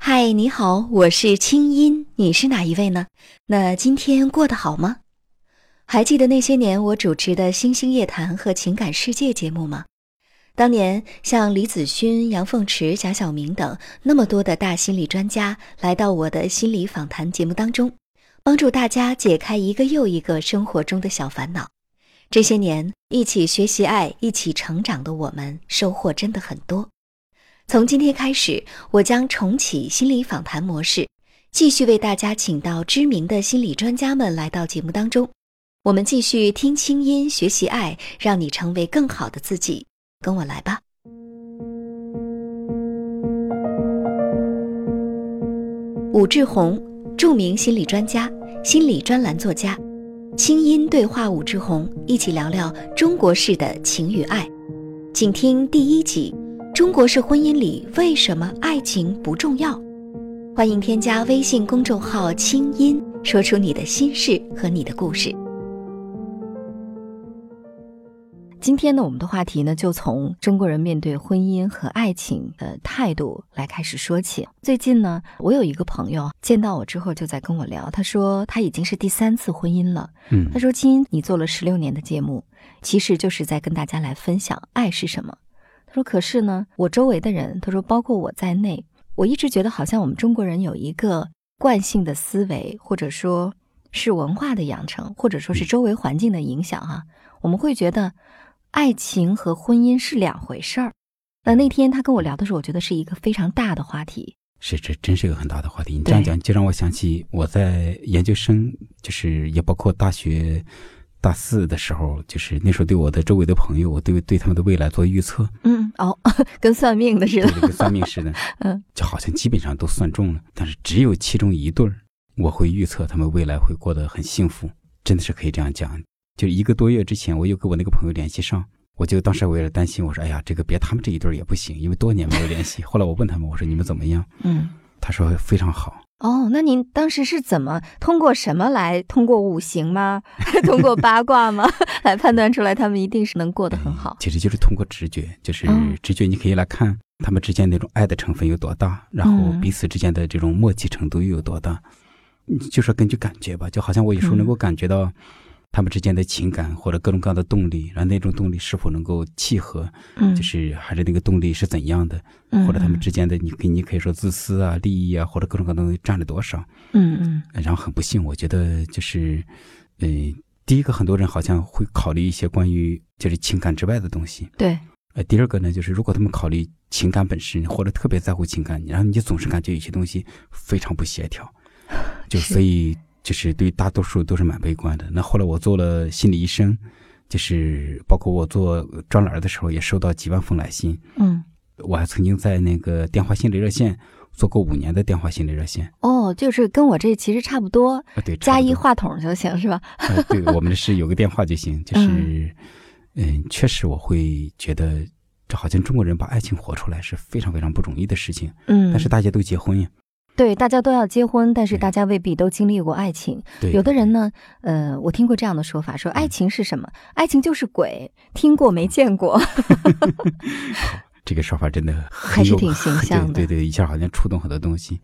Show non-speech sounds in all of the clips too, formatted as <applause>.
嗨，你好，我是清音，你是哪一位呢？那今天过得好吗？还记得那些年我主持的《星星夜谈》和《情感世界》节目吗？当年像李子勋、杨凤池、贾晓明等那么多的大心理专家来到我的心理访谈节目当中，帮助大家解开一个又一个生活中的小烦恼。这些年一起学习爱、一起成长的我们，收获真的很多。从今天开始，我将重启心理访谈模式，继续为大家请到知名的心理专家们来到节目当中。我们继续听清音学习爱，让你成为更好的自己。跟我来吧。武志红，著名心理专家、心理专栏作家，清音对话武志红，一起聊聊中国式的情与爱。请听第一集。中国式婚姻里为什么爱情不重要？欢迎添加微信公众号“清音”，说出你的心事和你的故事。今天呢，我们的话题呢，就从中国人面对婚姻和爱情的态度来开始说起。最近呢，我有一个朋友见到我之后就在跟我聊，他说他已经是第三次婚姻了。嗯他说：“亲，你做了十六年的节目，其实就是在跟大家来分享爱是什么。”他说：“可是呢，我周围的人，他说包括我在内，我一直觉得好像我们中国人有一个惯性的思维，或者说是文化的养成，或者说是周围环境的影响哈、我们会觉得爱情和婚姻是两回事儿。那那天他跟我聊的时候，我觉得是一个非常大的话题。是这真是个很大的话题。你这样对讲，就让我想起我在研究生，就是也包括大学大四的时候，就是那时候对我的周围的朋友，我对对他们的未来做预测，嗯，哦， <laughs> 跟算命的似对的。，这个算命似的 <laughs> 嗯，就好像基本上都算中了，但是只有其中一对儿，我会预测他们未来会过得很幸福，真的是可以这样讲。就一个多月之前，我又跟我那个朋友联系上。我就当时我有点担心，我说：“哎呀，这个别他们这一对儿也不行，因为多年没有联系。”后来我问他们，我说：“你们怎么样嗯，？”他说：“非常好。”哦，那您当时是怎么通过什么来通过五行吗？ <laughs> 通过八卦吗？ <laughs> 来判断出来他们一定是能过得很好嗯。其实就是通过直觉，就是嗯直觉，你可以来看他们之间那种爱的成分有多大，然后嗯彼此之间的这种默契程度又有多大。嗯就说根据感觉吧，就好像我有嗯时候能够感觉到他们之间的情感或者各种各样的动力，然后那种动力是否能够契合，嗯，就是还是那个动力是怎样的，或者他们之间的你可以你可以说自私啊、利益啊，或者各种各样的东西占了多少。嗯嗯然后很不幸，我觉得就是，呃，第一个很多人好像会考虑一些关于就是情感之外的东西，对，呃，第二个呢，就是如果他们考虑情感本身，或者特别在乎情感，然后你就总是感觉有些东西非常不 <laughs> 协调，就是所以就是对大多数都是蛮悲观的。那后来我做了心理医生，就是包括我做专栏的时候，也收到几万封来信。嗯我还曾经在那个电话心理热线做过五年的电话心理热线哦，就是跟我这其实差不多，啊，对，加差不一多话筒就行是吧？呃，对我们是有个电话就行， <laughs> 就是，嗯，确实我会觉得，这好像中国人把爱情活出来是非常非常不容易的事情。嗯，但是大家都结婚呀，对大家都要结婚，但是对大家未必都经历过爱情。对，嗯有的人呢，呃，我听过这样的说法，说爱情是什么？爱情就是鬼，听过没见过，这个说法真的还还是挺形象的。对对对，一下好像触动很多东西。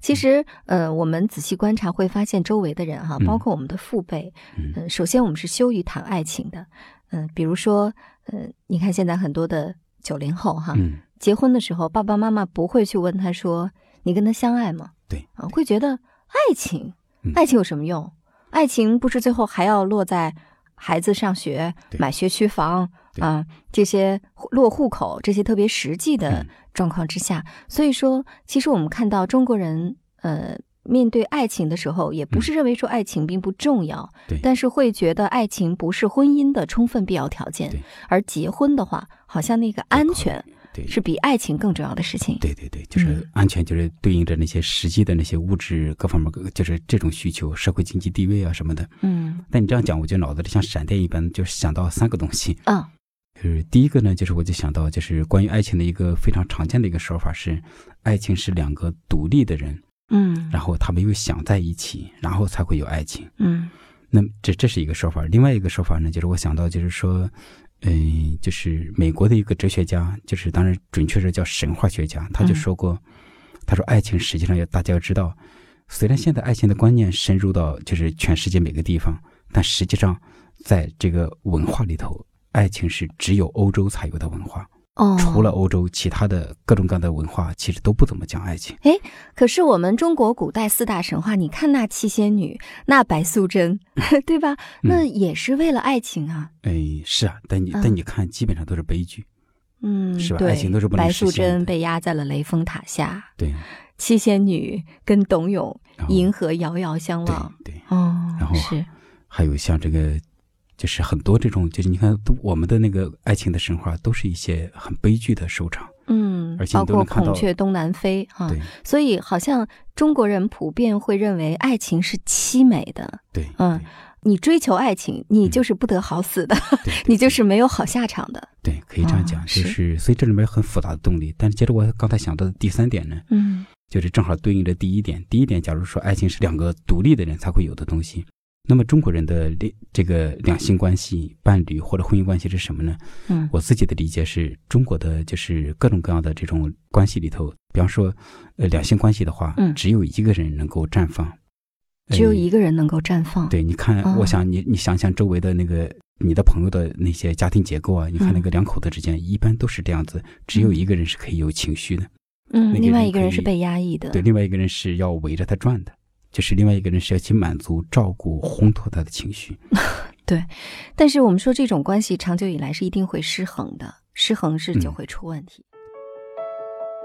其实，呃，我们仔细观察会发现，周围的人哈、嗯包括我们的父辈，嗯呃首先我们是羞于谈爱情的，嗯、比如说，呃，你看现在很多的九零后哈、嗯，结婚的时候，爸爸妈妈不会去问他说：“你跟他相爱吗？”对啊，会觉得爱情嗯，爱情有什么用？爱情不是最后还要落在孩子上学、对买学区房对啊这些落户口这些特别实际的嗯状况之下。所以说，其实我们看到中国人，呃。面对爱情的时候，也不是认为说爱情并不重要，嗯对但是会觉得爱情不是婚姻的充分必要条件对，而结婚的话，好像那个安全对，是比爱情更重要的事情。对对对，就是嗯安全，就是对应着那些实际的那些物质各方面，就是这种需求，社会经济地位啊什么的。嗯但你这样讲，我就脑子里像闪电一般，就是想到三个东西。啊，就是第一个呢，就是我就想到，就是关于爱情的一个非常常见的一个说法是，爱情是两个独立的人，嗯然后他们又想在一起，然后才会有爱情。嗯那么这这是一个说法，另外一个说法呢，就是我想到就是说，嗯、嗯就是美国的一个哲学家，就是当然准确说叫神话学家，他就说过，他说，爱情实际上要大家要知道，虽然现在爱情的观念深入到就是全世界每个地方，但实际上在这个文化里头，爱情是只有欧洲才有的文化，哦，除了欧洲，其他的各种各样的文化其实都不怎么讲爱情。可是我们中国古代四大神话，你看那七仙女，那白素贞，嗯对吧？那也是为了爱情啊。哎，是啊，但你、但你看，基本上都是悲剧。嗯，是吧对，爱情都是不能白实素现的贞被压在了雷峰塔下，对，啊七仙女跟董永、然后银河遥遥相嗯对望。对，哦，然后是，还有像这个，就是很多这种，就是你看，都我们的那个爱情的神话，都是一些很悲剧的收场。嗯，而且包你都括能看到孔雀东南飞哈对，所以好像中国人普遍会认为爱情是凄美的，对，嗯你追求爱情，你嗯就是不得好死的， <laughs> 对，对你就是没有好下场的。对，对可以这样讲，啊就是是所以这里面有很复杂的动力。但是接着我刚才想到的第三点呢，嗯就是正好对应着第一点。第一点，假如说爱情是两个独立的人才会有的东西，那么中国人的两这个两性关系、伴侣或者婚姻关系是什么呢？嗯，我自己的理解是，中国的就是各种各样的这种关系里头，比方说，呃，两性关系的话，嗯只有一个人能够绽放，只有呃一个人能够绽放。对，你看，哦我想你，你想想周围的那个你的朋友的那些家庭结构嗯啊，你看那个两口子之间一般都是这样子，只有一个人是可以有情绪的，嗯，那个另外人一个可人是以被压抑的。对，另外一个人是要围着他转的，就是另外一个人是要去满足、照顾、烘托他的情绪。但是我们说这种关系长久以来是一定会失衡的，失衡是就嗯会出问题。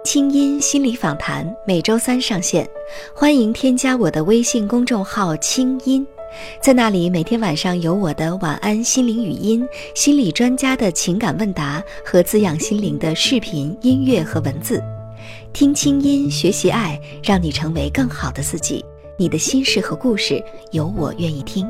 清音心理访谈每周三上线，欢迎添加我的微信公众号“清音”，在那里每天晚上有我的晚安心灵语音、心理专家的情感问答和滋养心灵的视频、音乐和文字。听清音，学习爱，让你成为更好的自己。你的心事和故事，有我愿意听。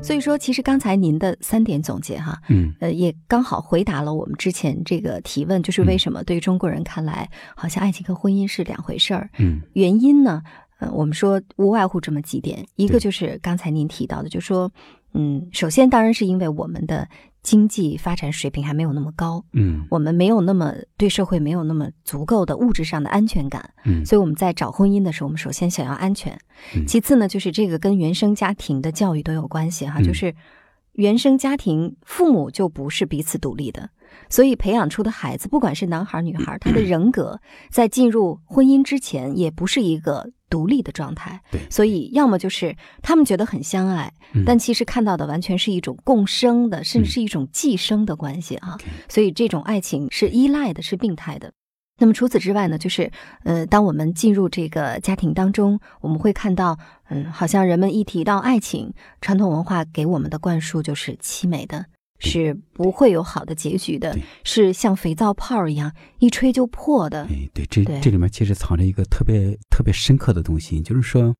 所以说，其实刚才您的三点总结哈，嗯，呃，也刚好回答了我们之前这个提问，就是为什么对于中国人看来，好像爱情和婚姻是两回事儿。嗯，原因呢，呃，我们说无外乎这么几点，一个对就是刚才您提到的，就说，嗯，首先当然是因为我们的经济发展水平还没有那么高，嗯，我们没有那么对社会没有那么足够的物质上的安全感，嗯，所以我们在找婚姻的时候，我们首先想要安全，嗯其次呢，就是这个跟原生家庭的教育都有关系哈，嗯就是原生家庭父母就不是彼此独立的，所以培养出的孩子，不管是男孩儿女孩儿，他的人格在进入婚姻之前也不是一个独立的状态，对，所以要么就是他们觉得很相爱，嗯但其实看到的完全是一种共生的，甚至嗯是一种寄生的关系啊。 OK 所以这种爱情是依赖的，是病态的。那么除此之外呢，就是呃，当我们进入这个家庭当中，我们会看到，嗯，好像人们一提到爱情，传统文化给我们的灌输就是凄美的，对是不会有好的结局的对，是像肥皂泡儿一样一吹就破的。哎，对，这对这里面其实藏着一个特别特别深刻的东西，就是说，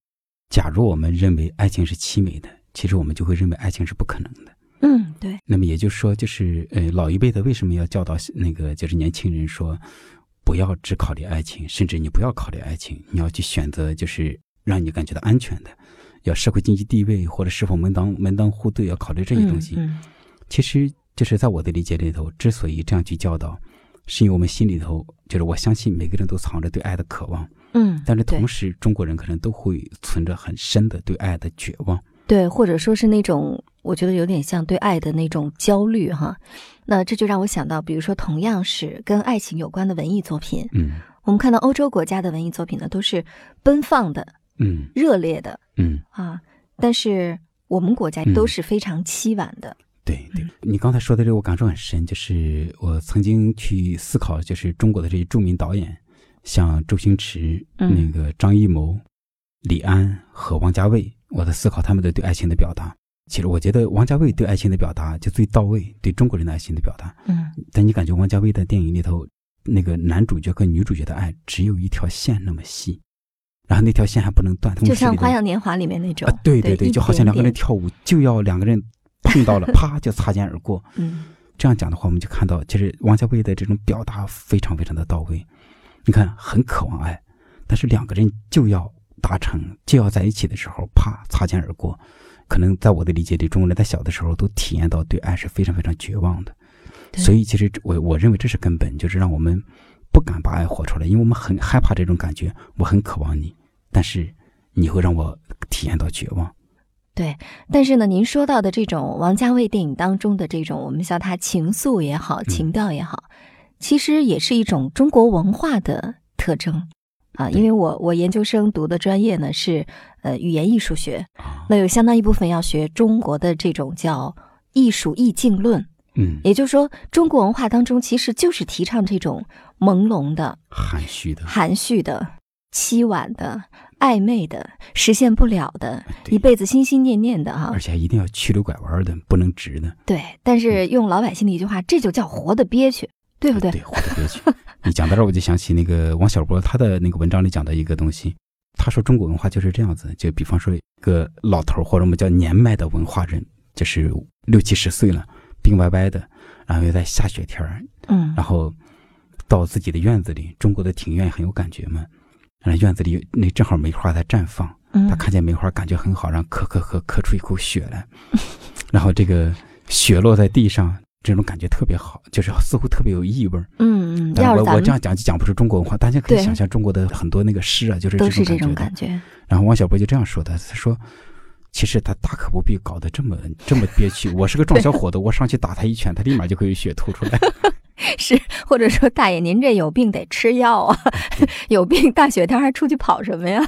假如我们认为爱情是凄美的，其实我们就会认为爱情是不可能的。嗯，对，那么也就是说，就是呃，老一辈的为什么要教导那个就是年轻人说，不要只考虑爱情，甚至你不要考虑爱情，你要去选择就是让你感觉到安全的，要社会经济地位或者是否门当门当户对，要考虑这些东西。嗯其实就是在我的理解里头，之所以这样去教导，是因为我们心里头就是我相信每个人都藏着对爱的渴望，嗯，但是对同时中国人可能都会存着很深的对爱的绝望。对，或者说是那种我觉得有点像对爱的那种焦虑哈。那这就让我想到，比如说同样是跟爱情有关的文艺作品，嗯我们看到欧洲国家的文艺作品呢，都是奔放的、嗯热烈的嗯，啊，但是我们国家嗯都是非常凄婉的。对嗯对。你刚才说的这个我感受很深，就是我曾经去思考，就是中国的这些著名导演，像周星驰、嗯那个张艺谋、李安和王家卫，我在思考他们的对爱情的表达。其实我觉得王家卫对爱情的表达就最到位，对中国人的爱情的表达。嗯但你感觉王家卫的电影里头，那个男主角跟女主角的爱只有一条线那么细，然后那条线还不能断，他们就手像里《头花样年华》里面那种啊，，对对对，一就好像两个人点跳舞就要两个人碰到了，啪就擦肩而过。点嗯这样讲的话，我们就看到，其实王家卫的这种表达非常非常的到位。你看，很渴望爱，但是两个人就要达成，就要在一起的时候，啪擦肩而过。可能在我的理解里，中国人在小的时候都体验到对爱是非常非常绝望的，对所以其实我我认为这是根本，就是让我们不不敢把爱活出来，因为我们很害怕这种感觉，我很渴望你，但是你会让我体验到绝望。对，但是呢，您说到的这种王家卫电影当中的这种，我们叫它情愫也好，情调也嗯好，其实也是一种中国文化的特征啊。因为我我研究生读的专业呢是呃语言艺术学，啊那有相当一部分要学中国的这种叫艺术意境论，嗯，也就是说，中国文化当中其实就是提倡这种朦胧的、含蓄的，含蓄的、凄婉的、暧昧的、实现不了的、对一辈子心心念念的哈、而且还一定要曲里拐弯的，不能直的，对，但是用老百姓的一句话，这就叫活的憋屈，对不对？嗯对，活得憋屈。你讲到这儿，我就想起那个王小波他的那个文章里讲的一个东西，他说中国文化就是这样子，就比方说一个老头儿或者我们叫年迈的文化人，就是六七十岁了，病歪歪的，然后又在下雪天儿，嗯然后到自己的院子里，中国的庭院很有感觉嘛，然后院子里有那正好梅花在绽放，嗯他看见梅花感觉很好，然后咳咳咳咳出一口血来，然后这个雪落在地上，这种感觉特别好，就是似乎特别有意味儿。嗯，嗯但要呃是我我咱这们样讲就讲不出中国文化，大家可以对想象中国的很多那个诗啊，就是都是种感这觉的。种感觉，然后王小波就这样说的，他说。其实他大可不必搞得这么这么憋屈。我是个壮小伙 <laughs> 子，我上去打他一拳，他立马就可以血吐出来。 <laughs> 是或者说大爷您这有病得吃药啊， <laughs> 有病大雪天还出去跑什么呀？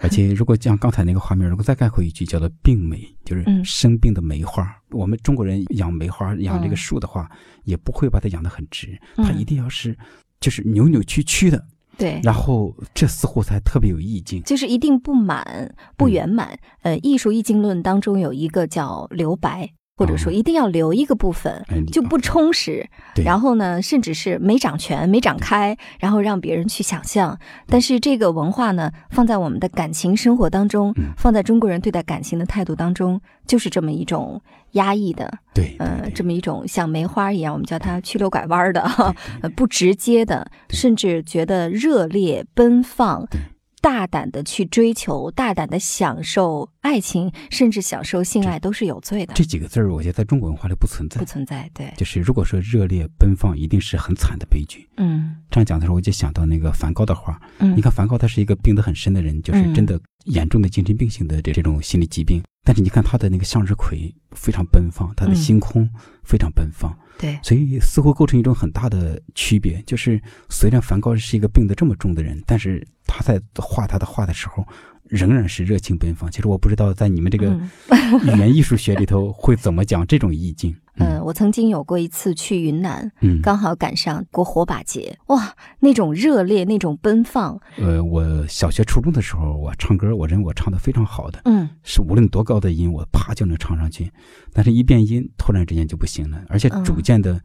而且，如果像刚才那个画面，如果再概括一句，叫做“病梅”，就是嗯生病的梅花。我们中国人养梅花、养这个树的话，也不会把它养得很直，它嗯一定要是就是扭扭曲曲的，对，然后这似乎才特别有意境。就是一定不满嗯不圆满。呃，艺术意境论当中有一个叫留白，或者说哦一定要留一个部分。哎，你就不充实，对，然后呢，甚至是没长全、没长开，然后让别人去想象。但是这个文化呢，放在我们的感情生活当中，嗯放在中国人对待感情的态度当中，就是这么一种压抑的，对，呃，对这对么一种像梅花一样，我们叫它曲溜拐弯儿的， <laughs> 呃，不直接的，甚至觉得热烈奔放对。大胆的去追求，大胆的享受爱情，甚至享受性爱，都是有罪的，这几个字儿，我觉得在中国文化里不存在不。存在。对，就是如果说热烈奔放，一定是很惨的悲剧。嗯这样讲的时候，我就想到那个梵高的画，嗯，你看梵高，他是一个病得很深的人，就是真的严重的精神病性的这这种心理疾病。但是你看他的那个向日葵非常奔放，他的嗯星空非常奔放，对，所以似乎构成一种很大的区别。就是虽然梵高是一个病得这么重的人，但是他在画他的画的时候。仍然是热情奔放。其实我不知道在你们这个嗯 <laughs> 语言艺术学里头会怎么讲这种意境。呃，我曾经有过一次去云南，嗯，刚好赶上过火把节，哇，那种热烈，那种奔放，呃，我小学初中的时候，我唱歌，我认为我唱的非常好的。嗯是无论多高的音，我啪就能唱上去，但是一变音，突然之间就不行了，而且嗯逐渐的，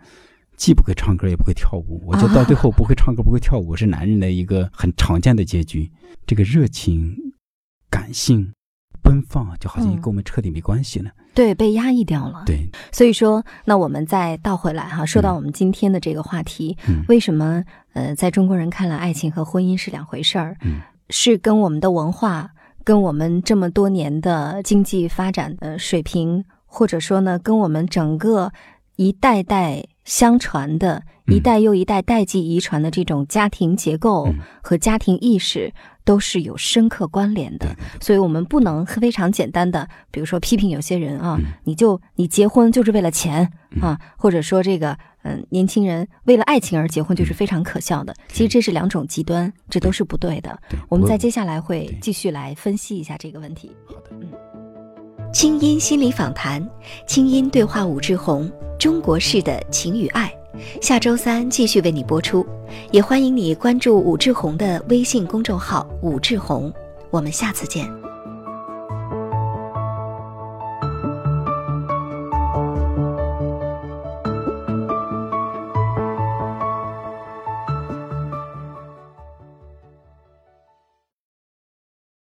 既不会唱歌也不会跳舞，我就啊到最后不会唱歌不会跳舞是男人的一个很常见的结局。这个热情、感性、奔放，就好像嗯跟我们彻底没关系了。对，被压抑掉了。对，所以说，那我们再倒回来哈，说到我们今天的这个话题，嗯为什么呃，在中国人看来，爱情和婚姻是两回事儿，嗯是跟我们的文化，跟我们这么多年的经济发展的水平，或者说呢，跟我们整个一代代相传的、嗯一代又一代代际遗传的这种家庭结构嗯和家庭意识，都是有深刻关联的。对对对所以我们不能非常简单的，比如说批评有些人啊，嗯你就你结婚就是为了钱啊，或者说这个嗯，年轻人为了爱情而结婚，嗯就是非常可笑的。其实这是两种极端，这都是不对的。对，我们不在接下来会对继续来分析一下这个问题。好的，清音心理访谈，清音对话武志红，中国式的情与爱，下周三继续为你播出。也欢迎你关注武志红的微信公众号“武志红”，我们下次见。